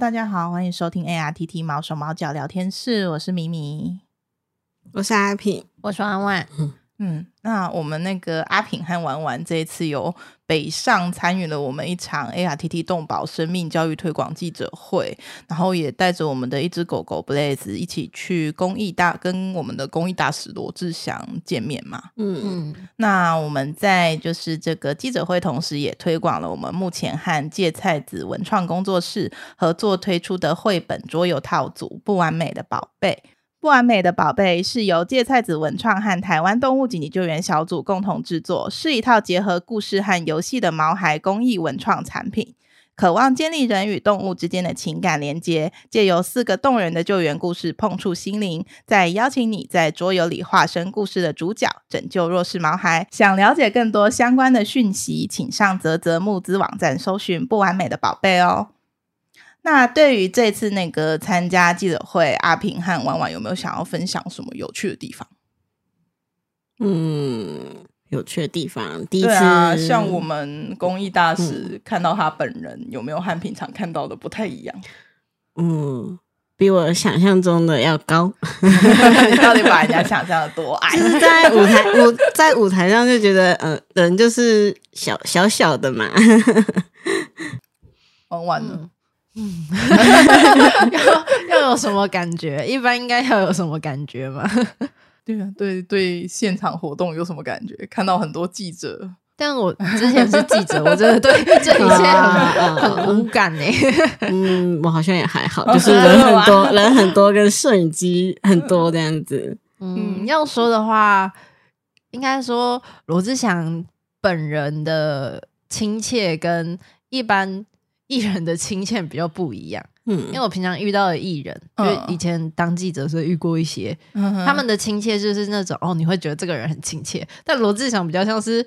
大家好，欢迎收听 ARTT 毛手毛脚聊天室，我是米米，我是阿平，我说安万，嗯，那我们那个阿品和玩玩这一次有北上参与了我们一场 ARTT 动保生命教育推广记者会，然后也带着我们的一只狗狗 Blaze 一起去公益大跟我们的公益大使罗志祥见面嘛。嗯，嗯，那我们在就是这个记者会，同时也推广了我们目前和芥菜子文创工作室合作推出的绘本桌游套组《不完美的宝贝》。《不完美的宝贝》是由芥菜子文创和台湾动物紧急救援小组共同制作，是一套结合故事和游戏的毛孩公益文创产品。渴望建立人与动物之间的情感连接，借由四个动人的救援故事碰触心灵，再邀请你在桌游里化身故事的主角，拯救弱势毛孩。想了解更多相关的讯息，请上泽泽募资网站搜寻“不完美的宝贝”哦。那对于这次那个参加记者会，阿平和婉婉有没有想要分享什么有趣的地方？嗯，有趣的地方，第一次，嗯对啊，像我们公益大使看到他本人，有没有和平常看到的不太一样？嗯，比我想象中的要高， 你到底把人家想象的多矮？ 就是 在舞台，我在舞台上就觉得，呃，人就是小小小的嘛， 婉婉呢？嗯 要要有什么感觉？一般应该要有什么感觉嘛？对啊，对对，现场活动有什么感觉？看到很多记者， 但我之前是记者，我真的对这一切啊啊很啊很无感欸呢、嗯，我好像也还好，哦就是人啊很多，人很多，跟摄影机很多这样子， 嗯，要说的话，应该说罗志祥本人的亲切跟一般艺人的亲切比较不一样，因为嗯我平常遇到的艺人，因为嗯以前当记者所以遇过一些，他他们的亲切就是那种哦，你会觉得这个人很亲切，但罗志祥比较像是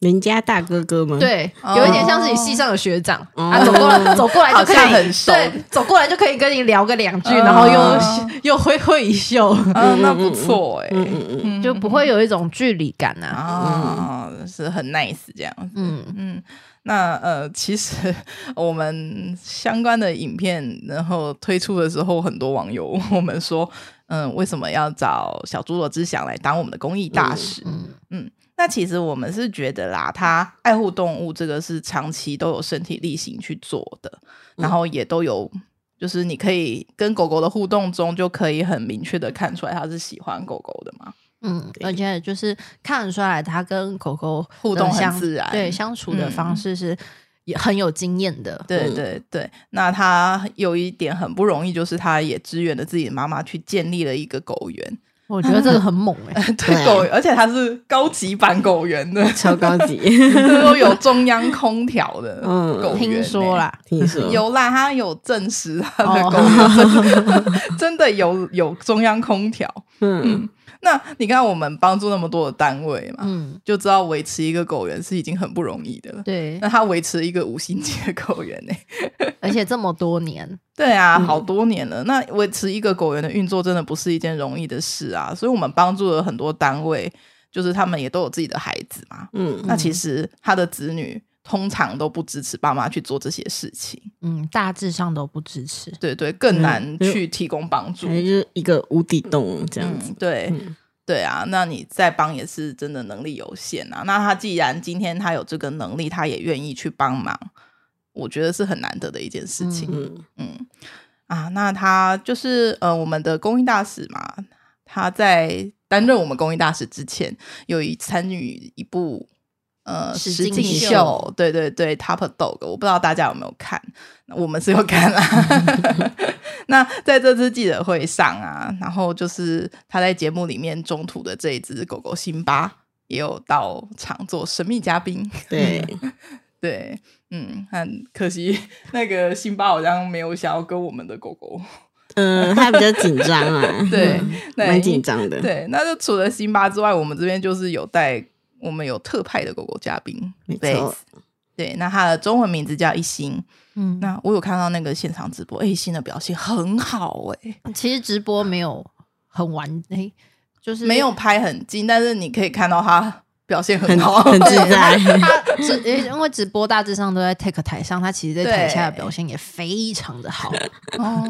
邻家大哥哥吗？，对，哦有一点像是你系上的学长、哦啊，走过来走过来就可好像以很熟对，走过来就可以跟你聊个两句，嗯然后又 又挥挥一袖，啊，那不错哎、嗯嗯嗯，嗯 就不会有一种距离感啊。啊，是很 nice 这样子。嗯，嗯，那呃，其实我们相关的影片，然后推出的时候，很多网友问我们说，嗯，为什么要找小侏罗之祥来当我们的公益大使？嗯嗯那其实我们是觉得啦，他爱护动物这个是长期都有身体力行去做的，然后也都有。就是你可以跟狗狗的互动中，就可以很明确的看出来它是喜欢狗狗的嘛。嗯，而且就是看得出来，他跟狗狗互动很相自然对相处的嗯方式是也很有经验的。对嗯对对，那他有一点很不容易，就是他也支援了自己的妈妈去建立了一个狗园， 我觉得这个很猛哎、 对啊对狗，而且它是高级版狗园的， 超高级，都有中央空调的嗯狗园、听说。啦，听说有啦，他有证实他的哦狗园、真的真的有有中央空调。嗯那你看，我们帮助那么多的单位嘛，嗯，就知道维持一个狗园是已经很不容易的了。对，那他维持一个五星级的狗园呢、 而且这么多年，对啊，好多年了。那维持一个狗园的运作，真的不是一件容易的事啊。所以我们帮助了很多单位，就是他们也都有自己的孩子嘛。嗯那其实他的子女通常都不支持爸妈去做这些事情，嗯，大致上都不支持。对对，更难嗯去提供帮助。还是一个无底洞这样子。嗯，对。嗯对啊，那你再帮也是真的能力有限啊。那他既然今天他有这个能力，他也愿意去帮忙，我觉得是很难得的一件事情。嗯嗯啊，那他就是呃，我们的公益大使嘛，他在担任我们公益大使之前，有一参与一部呃实实境境秀秀，对对对，Top Dog，我不知道大家有没有看，我们是有看啦。 那在这次记者会上啊，然后就是他在节目里面中途的这一只狗狗辛巴也有到场做神秘嘉宾。对，对，嗯，很可惜，那个辛巴好像没有想要跟我们的狗狗。嗯，他比较紧张啊，对， 对蛮紧张的，，对，那就除了辛巴之外，我们这边就是有带我们有特派的狗狗嘉宾，没错 Blaze。对，那它的中文名字叫一心。嗯，那我有看到那个现场直播，哎一心的表现很好、哎，其实直播没有很完，诶，就是没有拍很近，但是你可以看到它表现很很好，很自对在。他只因为直播大致上都在 take 台上，他其实在台下的表现也非常的好，哦，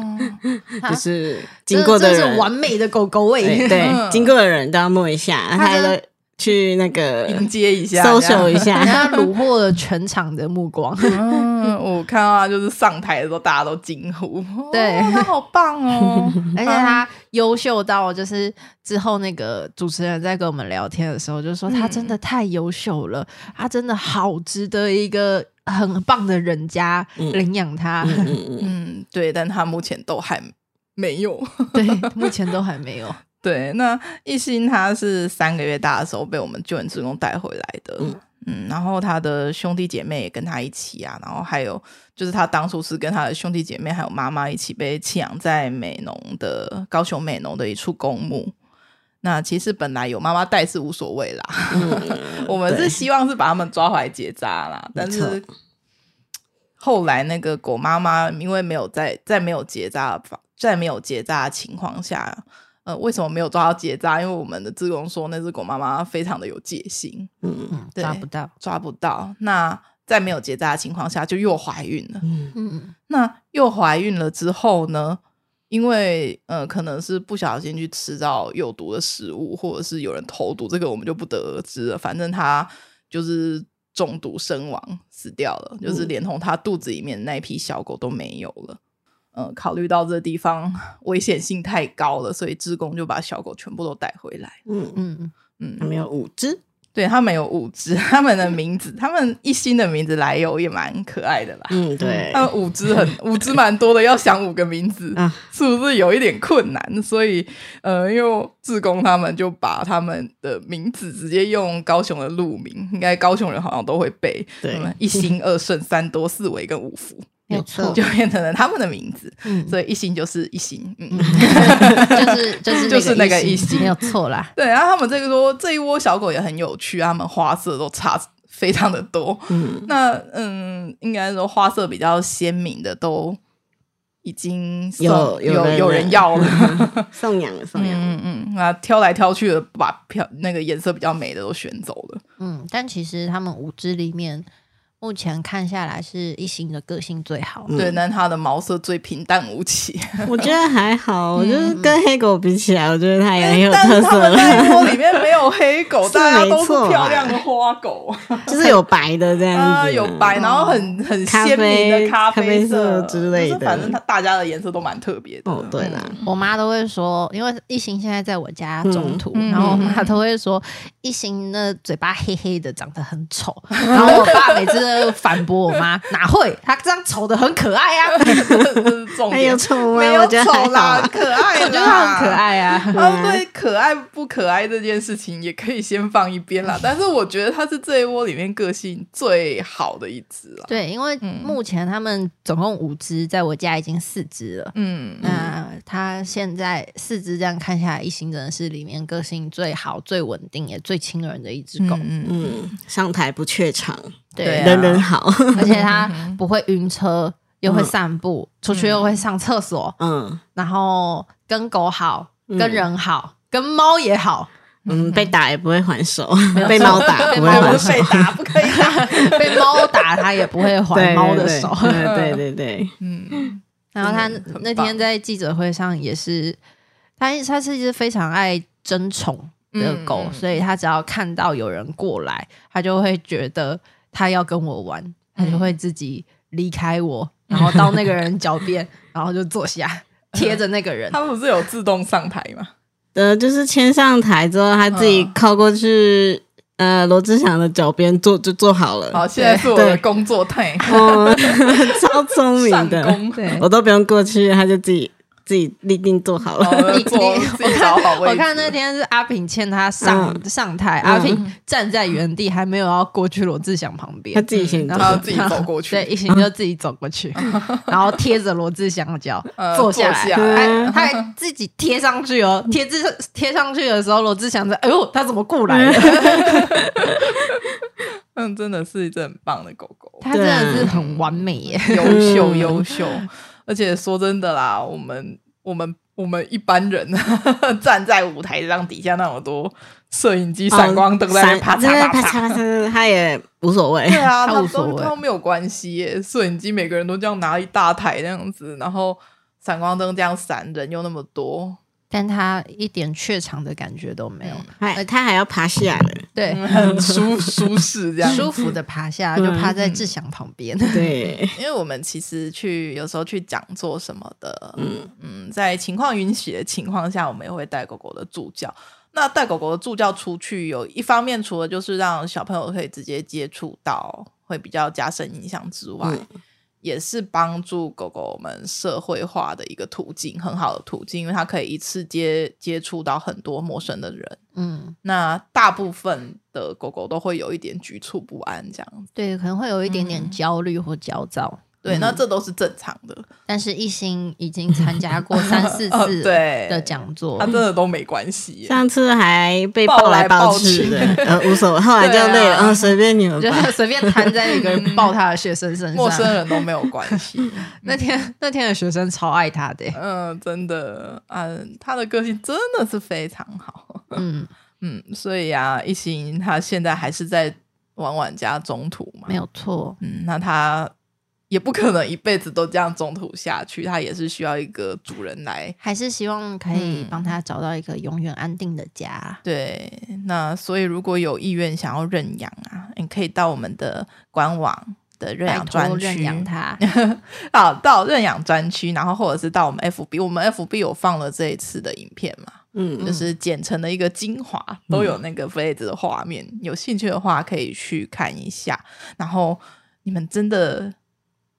他就是经过的真真人是，完美的狗狗 对味。嗯对，经过的人都要摸一下，他他真都去那个迎接一下，搜这样索一人下，家虏获了全场的目光，嗯，我看到他就是上台的时候，大家都惊呼，哦对他好棒哦，而且他优秀到，就是之后那个主持人在跟我们聊天的时候，就说他真的太优秀了，他真的好值得一个很棒的人家嗯领养他。嗯嗯嗯， 嗯，对，但他目前都还没有。对，目前都还没有。对，那一心他是三个月大的时候被我们救援职工带回来的，嗯嗯然后他的兄弟姐妹也跟他一起啊，然后还有就是他当初是跟他的兄弟姐妹还有妈妈一起被弃养在美浓的高雄美浓的一处公墓。那其实本来有妈妈带是无所谓啦， 我们是嗯对希望是把他们抓回来结扎啦，没但错是后来那个狗妈妈因为没有在在没有结扎的法在没有结扎的情况下，呃，为什么没有抓到结扎？因为我们的志工说那只狗妈妈非常的有戒心，嗯嗯，对抓不到。抓不到。那在没有结扎的情况下，就又怀孕了。嗯嗯，那又怀孕了之后呢？因为呃，可能是不小心去吃到有毒的食物，或者是有人投毒，这个我们就不得而知了。反正他就是中毒身亡，死掉了，就是嗯连同他肚子里面的那一批小狗都没有了。呃，考虑到这地方危险性太高了，所以志工就把小狗全部都带回来。嗯，嗯，嗯，他们有五只，对他们有五只，他们的名字，他们一心的名字来由也蛮可爱的啦。嗯，对他，们五只很五只蛮多的，要想五个名字啊，是不是有一点困难？所以呃，因为志工他们就把他们的名字直接用高雄的路名，应该高雄人好像都会背，对什么一心二顺三多四维跟五福，没没错错，就变成了他们的名字。嗯，所以一心就是一心，嗯。 就是就是就是那个意意思，思没有错啦。对，然后他们这个说这一窝小狗也很有趣，它们花色都差非常的多。嗯那嗯，应该说花色比较鲜明的都已经送有有人嗯有人要 了。 送养了，送养了，嗯嗯，那挑来挑去的，把漂那个颜色比较美的都选走了。嗯，但其实他们五只里面，目前看下来是一星的个性最好。嗯对，但它的毛色最平淡无 奇，我觉得还好，我嗯就是跟黑狗比起来，我觉得它也很哎有但是特他们色，那一窝里面没有黑狗， 是大家都没是错啊漂亮的花狗 就是有白的这样啊，子，有白，然后很很嗯哦咖鲜明的啡咖咖啡啡色色之类就是的反正它大家的颜色都蛮特别的。哦，对啦，我妈都会说，因为一星现在在我家中途，嗯然后我妈都会说，一星那嘴巴黑黑的，长得很丑。 然后我爸每次都反驳我妈，哪会，他这样丑的很可爱 啊，我这嗯是重哎还点有。丑没吗？有啊我觉得丑还好啦，啊，可爱啦，我觉得他很可。爱啊。啊，对，可爱不可爱这件事情也可以先放一边嗯啦。但是我觉得它是这一窝里面个性最好的一只啦。对，因为嗯目前他们总共五只，在我家已经四只了。嗯，那它现在四只这样看下来，一星真的是里面个性最好、最稳定也最亲人的一只狗。嗯嗯 嗯，上台不怯场，对啊人人好，而且它不会晕车，又会散步，出去又会上厕所，嗯然后跟狗好，嗯跟人好，跟猫也好，嗯，被打也不会还手， 被猫打被不我会还猫们手，被打不可以打。被猫打它也不会还对猫的手。对对对对， 嗯，然后它真的很那棒天在记者会上也是，它它是一只非常爱争宠的狗，嗯嗯所以它只要看到有人过来，它就会觉得它要跟我玩，它就会嗯自己离开我，然后到那个人脚边，然后就坐下。贴着那个人，它不是有自动上台吗？呃，就是牵上台之后，他自己靠过去，呃，罗志祥的脚边坐就坐好了。嗯好，现在是我的对工作态，哦， 超聪上明的，工。对我都不用过去，他就自己自己立定坐好好了。的，你坐你自己找好位置。 我看那天是阿平欠他上、嗯上台，阿平站在原地，还没有要过去罗志祥 旁他边。自己先然坐，后自己走过对，去，一行就自己走过 去，然后贴着罗志祥的 脚呃坐下来，坐下来还他还自己贴上去哦，贴自贴上去的时候，罗志祥在，哎呦，他怎么过来了？嗯，真的是一只很棒的狗狗。他真的是很完美耶， 优秀嗯优秀。而且说真的啦，我们我们我们一般人 站在舞台上底下那么多摄影机、闪光灯在那边啪哦嚓闪对啪啪嚓。嚓啪嚓，他也无所谓对。啊，他他无所都谓他都没有关系耶。摄影机每个人都这样拿一大台那样子，然后闪光灯这样闪，人又那么多， 但他一点怯场的感觉都没有，还哎他还要爬下来了，对，嗯很舒舒适这样。舒服的爬下，就趴在志祥旁边。对，因为我们其实去有时候去讲座什么的，嗯嗯在情况允许的情况下，我们也会带狗狗的助教。那带狗狗的助教出去，有一方面除了就是让小朋友可以直接接触到，会比较加深印象之外，也是帮助狗狗们社会化的一个途径，很好的途径，因为它可以一次接接触到很多陌生的人。嗯，那大部分的狗狗都会有一点局促不安这样子，对，可能会有一点点嗯焦虑或焦躁，对，那这都是正常的。但是一心已经参加过三 四哦次对的讲座他，真的都没关系耶。上次还被抱抱来来抱抱去去的， 呃，无所谓，后来就累了，对啊嗯，随便 你们就吧。是随便摊在一个人抱他的学生身上。嗯陌生人都没有关系。那天那天的学生超爱他的、嗯，真的，嗯，他的个性真的是非常好。嗯，嗯，所以啊，一心他现在还是在玩玩家中途嘛。没。有错，嗯，那他也不可能一辈子都这样中途下去，他也是需要一个主人来。还是希望可以嗯帮他找到一个永远安定的家。对，那所以如果有意愿想要认养啊，你可以到我们的官网的认拜养专托区认养他， 到到认养专区，然后或者是到我们 FB，我们 FB 有放了这一次的影片嘛，嗯就，是剪成的一个精华，都嗯有那个 Blaze 的画面。有兴趣的话可以去看一下。然后你们真的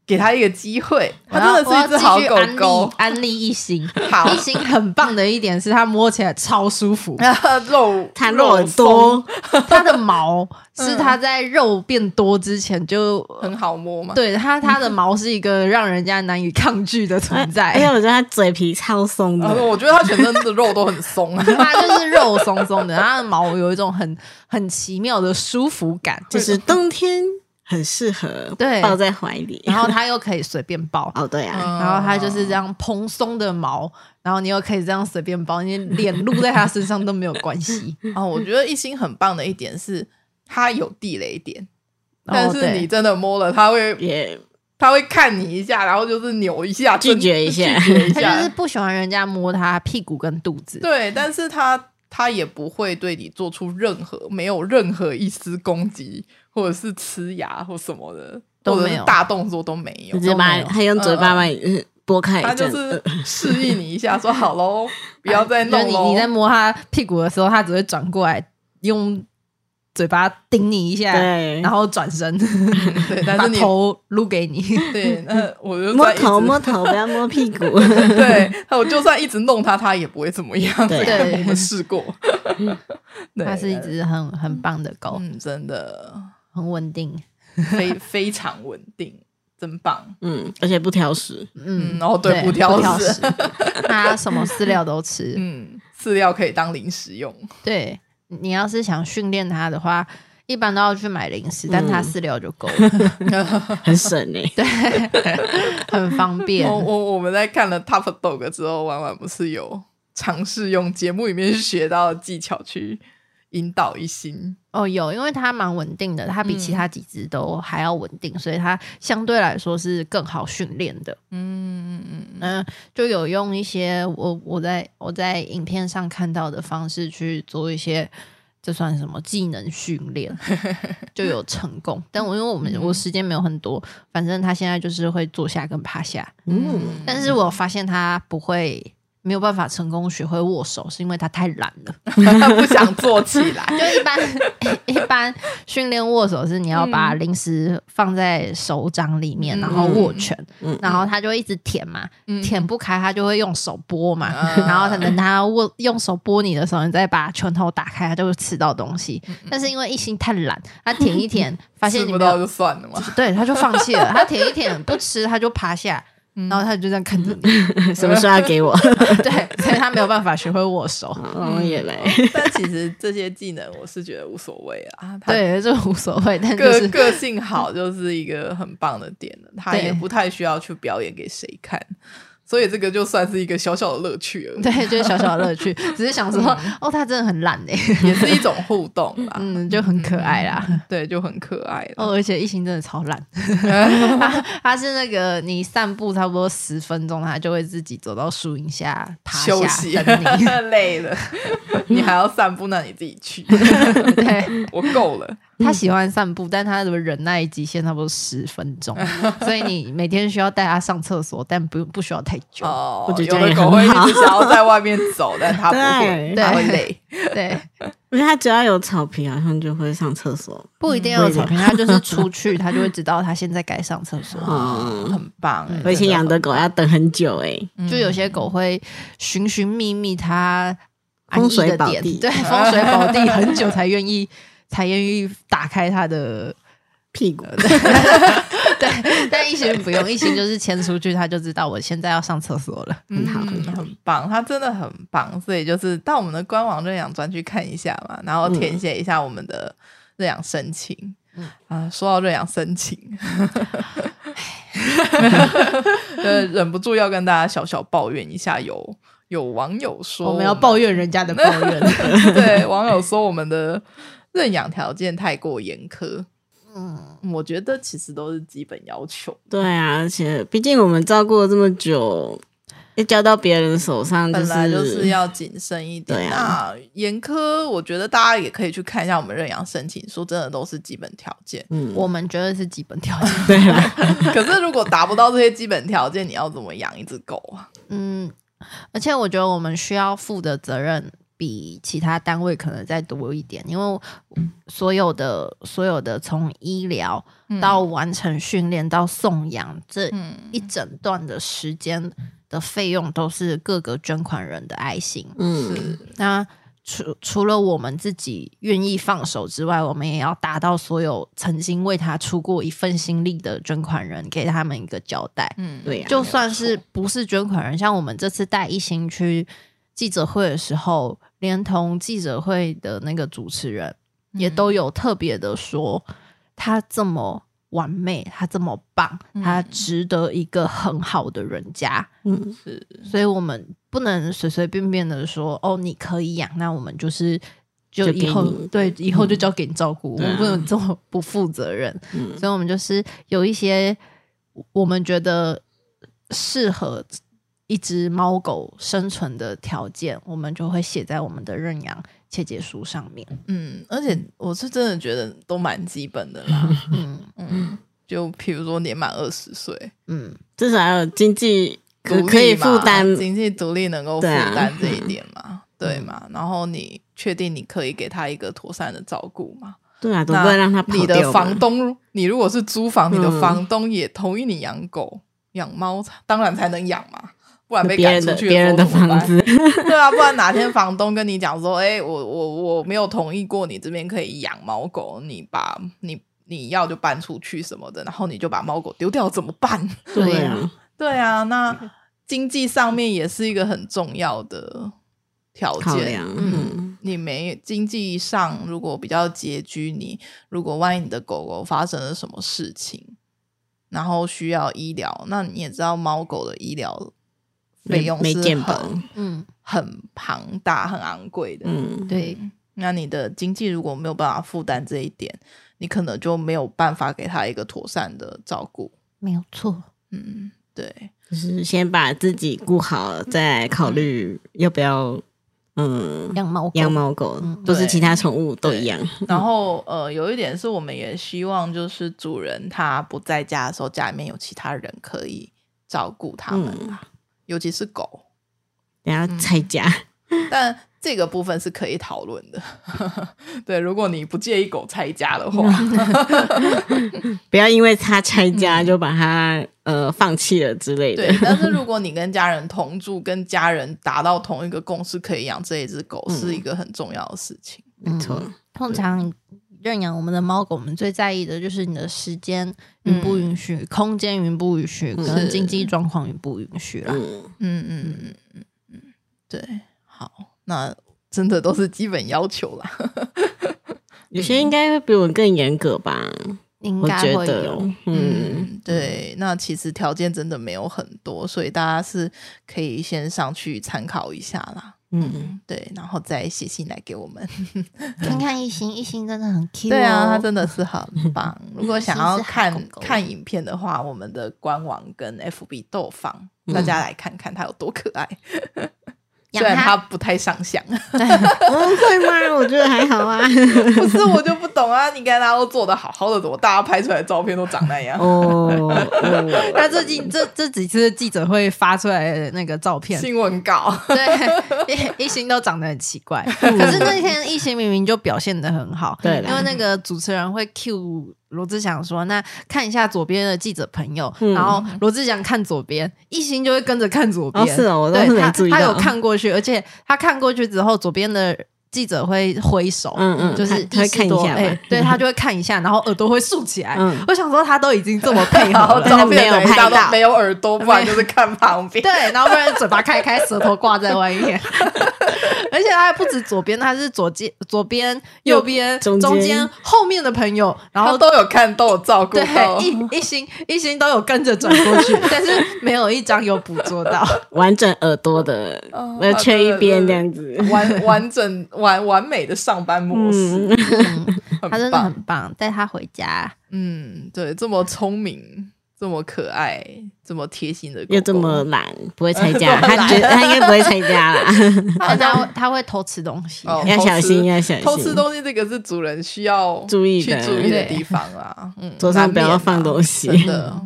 给他一个机会，我它真要的是一只好狗狗我要继续，安利安利一心， 好嗯一心很棒的一点是它摸起来超舒服， 肉它肉很松多，它的毛是它在肉变多之前就。很好摸嘛。对它，它的毛是一个让人家难以抗拒的存在， 而且我觉得它嘴皮超松然后的，我觉得它全身的肉都很 松，嗯它就是肉松松的，它的毛有一种很很奇妙的舒服感，就是冬天很适合对抱在怀里。然后它又可以随便抱，哦，对啊，然然后它就是这样蓬松的毛，然后你又可以这样随便抱，你脸露在它身上都没有 关系。哦，我觉得一心很棒的一点是，它有地雷点，哦但是对你真的摸了，它会也它会看你一下，然后就是扭一 下，拒绝一下嗯拒 绝一它就是下。不喜欢人家摸它屁股跟肚子。对，但是它它也不会对你做出任何没有任何一丝攻击，或者是呲牙或什么的，都或者没是有大动作都没有 直。接都把没有它用嘴巴把你嗯拨开它一就阵，是呃示意你一下，说好 喽，不要再就弄是哦你喽。你在摸它屁股的时候，它只会转过来用嘴巴顶你哎一下，呃对然，后转身， 对，但把是你头撸给你。对，那我 就摸算一直头摸头，不要摸屁 股。对，我就算一直弄它，它也不会怎么样。对这个对 我们试 过。 对它是一只很很棒的狗，嗯，真的很稳定。非非常稳定，真棒。嗯，而且不挑食，嗯嗯，哦 对不挑食食， 它什么饲料都吃。嗯， 饲料可以当零食用。对，你要是想训练它的话，一般都要去买零食，但它嗯饲料就够了， 很省欸诶。 对，很方便。我我我们在看了 Top Dog 之后，婉婉不是有尝试用节目里面学到的技巧去引导一心。哦，有，因为它蛮稳定的，它比其嗯他几只都还要稳定，所以它相对来说是更好训练的。嗯嗯嗯嗯，就有用一些我我在我在影片上看到的方式去做一些，这算什么技能训练， 就有成功。但我因为我们我时间没有很多，反正它现在就是会坐下跟趴下，嗯，但是我发现它不会。没有办法成功学会握手，是因为它太懒了。嗯， 不想做起 来。 就一般一般训练握手是你要把零食放在手掌里面，嗯然后握拳，嗯然后他就会一直舔嘛，嗯舔不开他就会用手拨嘛，啊然后等他握用手拨你的时候，你再把拳头打开，他就会吃到东西。但是因为一心太懒，他舔 一舔，发现嗯吃你不没到就有，算了嘛，对，他就放弃 了。他舔一舔不吃，他就趴下。嗯然后他就这样看着你， 什么时候要给我？对，所以他没有办法学会握手，哦，也来，但其实这些技能我是觉得无所谓 啊。它对，这无所谓，但就个是个性好就是一个很棒的点了，他对也不太需要去表演给谁看，所以这个就算是一个小小的乐趣了， 对，就是小小的乐趣，只是想说，哦，他真的很懒哎、也是一种互动 啦。嗯，就很可爱啦。对，就很可爱了。 哦，而且一心真的超懒，他他是那个你散步差不多十分钟，他就会自己走到树荫下趴下休息等你。 累 了，你还要散步，那你自己去。 对，我够 了，他喜欢散步，但他的忍耐极限差不多十分钟，所以你每天需要带他上厕所，但不不需要太久。哦我觉得有这样的也狗很会一好直想要在外面走，但它不会， 对它会累。 对，我觉得他只要有草皮，好像就会上厕所。不一定要有草坪，他就是出去，他就会知道他现在该上厕所。哦，很棒哎！嗯我以前养的狗要等很久哎、嗯就有些狗会寻寻觅觅它安风逸水的宝点，地对，风水宝地很久才愿意才愿意打开它的。屁股。对，但一心不用，一心就是牵出去，它就知道我现在要上厕所了。很好很好嗯很棒，它真的很棒，所以就是到我们的官网认养专去看一下嘛，然后填写一下我们的认养申请。啊，说到认养申请，呃，忍不住要跟大家小小抱怨一下，有有网友说我们要抱怨人家的抱怨，对，网友说我们的认养条件太过严苛。嗯，我觉得其实都是基本要求，对啊，而且毕竟我们照顾了这么久，要交到别人手上，本是来就是要谨慎一点。对啊。那严苛，我觉得大家也可以去看一下我们认养申请书，真的都是基本条件嗯， 我们觉得是基本条件。对啦，可是如果达不到这些基本条件，你要怎么养一只狗啊？嗯，而且我觉得我们需要负的责任比其他单位可能再多一点，因为所有的所有的从医疗到完成训练到送养这一整段的时间的费用都是各个捐款人的爱心。嗯，那除除了我们自己愿意放手之外，我们也要达到所有曾经为他出过一份心力的捐款人，给他们一个交代。嗯，对啊呀、就算是不是捐款人，像我们这次带一行去记者会的时候，连同记者会的那个主持人，也都有特别的说，他这么完美，他这么棒，他值得一个很好的人家。嗯，所以我们不能随随便便的说，哦，你可以养，那我们就是。就就以后给你对以后就交给你照顾，我对啊们不能这么不负责任。嗯所以我们就是有一些我们觉得适合一只猫狗生存的条件，我们就会写在我们的认养切结书上面。嗯，而且我是真的觉得都蛮基本的 啦。嗯嗯，就比如说年满二十岁，嗯，至少要有经济可独立可以嘛负担，经济独立能够负对啊嗯担这一点嘛，对嘛？然后你确定你可以给他一个妥善的照顾嘛？对啊，总那不能让它跑你掉的嘛房东，你如果是租房，你的嗯房东也同意你养狗、养猫，当然才能养嘛，不然被别赶人出的去别人的时候怎么办房，子， 对啊，不然哪天房东跟你讲说，哎，我我我没有同意过你这边可以养猫狗，你把你你要就搬出去什么的，然后你就把猫狗丢掉怎么办？对啊，对 啊，那经济上面也是一个很重要的条考件量。，嗯，嗯，你没经济上如果比较拮据，你如果万一你的狗狗发生了什么事情，然后需要医疗，那你也知道猫狗的医疗费用没是健保，很嗯，很庞大、很昂贵的。嗯，对，那你的经济如果没有办法负担这一点，你可能就没有办法给它一个妥善的照顾。没有错。嗯，对。就是先把自己顾好，再来考虑要不要嗯养猫狗，养猫狗嗯，都是对其他宠物都一样，然后呃，有一点是我们也希望，就是主人他不在家的时候，家里面有其他人可以照顾他们吧，尤其是狗。然后拆家，嗯但这个部分是可以讨论的。 对，如果你不介意狗拆家的话，不要因为它拆家嗯就把它呃放弃了之类 的对。。但是如果你跟家人同住，跟家人达到同一个共识，可以养这一只狗，是一个很重要的事情。没错，通常认养我们的猫狗，我们最在意的就是你的时间允不允许，空间允不允许，跟经济状况允不允许啦。嗯，嗯嗯嗯嗯嗯，对，好，那真的都是基本要求啦。有些应该会比我更严格吧？嗯应我该觉会得有。，嗯，嗯，对，那其实条件真的没有很多，所以大家是可以先上去参考一下啦。嗯，对，然后再写信来给我们。看看一星，一星真的很 Q，、对啊，他的真的是很棒。如果想哦其实要是看海狗狗看影片的话，我们的官网跟 FB 都放，大家来看看它有多可爱。虽养然它它不太上相，哦，会 吗？我觉得还好啊。不是我就不懂啊！你看它都做的好好的，怎么大家拍出来的照片都长那 样？哦， 他最近这这几次记者会发出来的那个照片，新闻稿，对，一星都长得很奇怪。可是那天一星明明就表现的很好，嗯对啦因为那个主持人会 cue 罗志祥说：“那看一下左边的记者朋友。嗯然后罗志祥看左边，一星就会跟着看左边。哦是哦我倒对是没他注意他有到看过去，而且他看过去之后，左边的。记者会挥手，嗯嗯就是他他会意识多看一下吧哎对 他就会看一下，然后耳朵会竖起来。嗯我想说他都已经这么配 然合后了，照片等但是没有一下拍都到没有耳朵，不然就是看旁边。对，然后不然嘴巴开开，舌头挂在外 面，而且它还不止左边，它是左肩、左边、右边、中中间间、后面的朋友，然他后都有看，都有照顾到对。一一心一心都有跟着转过 去，但是没有一张有捕捉到。 完整耳朵的，哦呃，好缺一的边对这样子。完 完整完完美的上班模式，嗯，很 他真的棒。很棒，带他回家。嗯，对，这么聪明，这么可爱，这么贴心的狗狗，又这么懒，不会拆 家，这么懒他觉得他应该不会拆家啦，但他会他会偷吃东西，哦要小心，要小偷吃心，东西，这个是主人需要注意去的注意的对地方啊。嗯，桌上不难要免啊放东西，真的，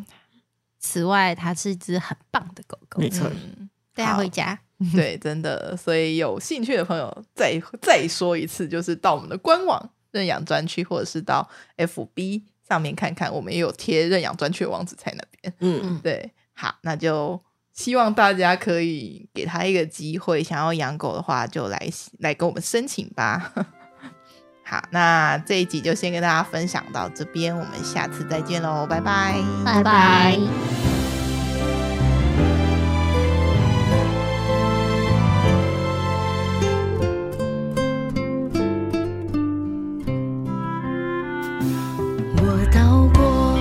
此外，它是一只很棒的狗狗没，错，嗯嗯带它回家。 对，真的。所以有兴趣的朋友，再再说一次，就是到我们的官网认养专区，或者是到 FB 上面看看，我们也有贴认养专区的网址在那边。嗯，对，好，那就希望大家可以给他一个机会，想要养狗的话，就来来跟我们申请吧。 好，那这一集就先跟大家分享到这边，我们下次再见喽，拜拜。拜拜。我到过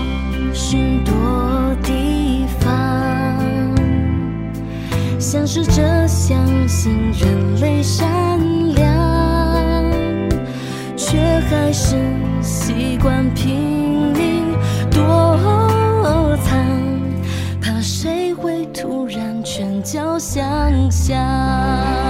许多地方，想试着相信人类善良，却还是习惯拼命躲藏，怕谁会突然拳脚相向。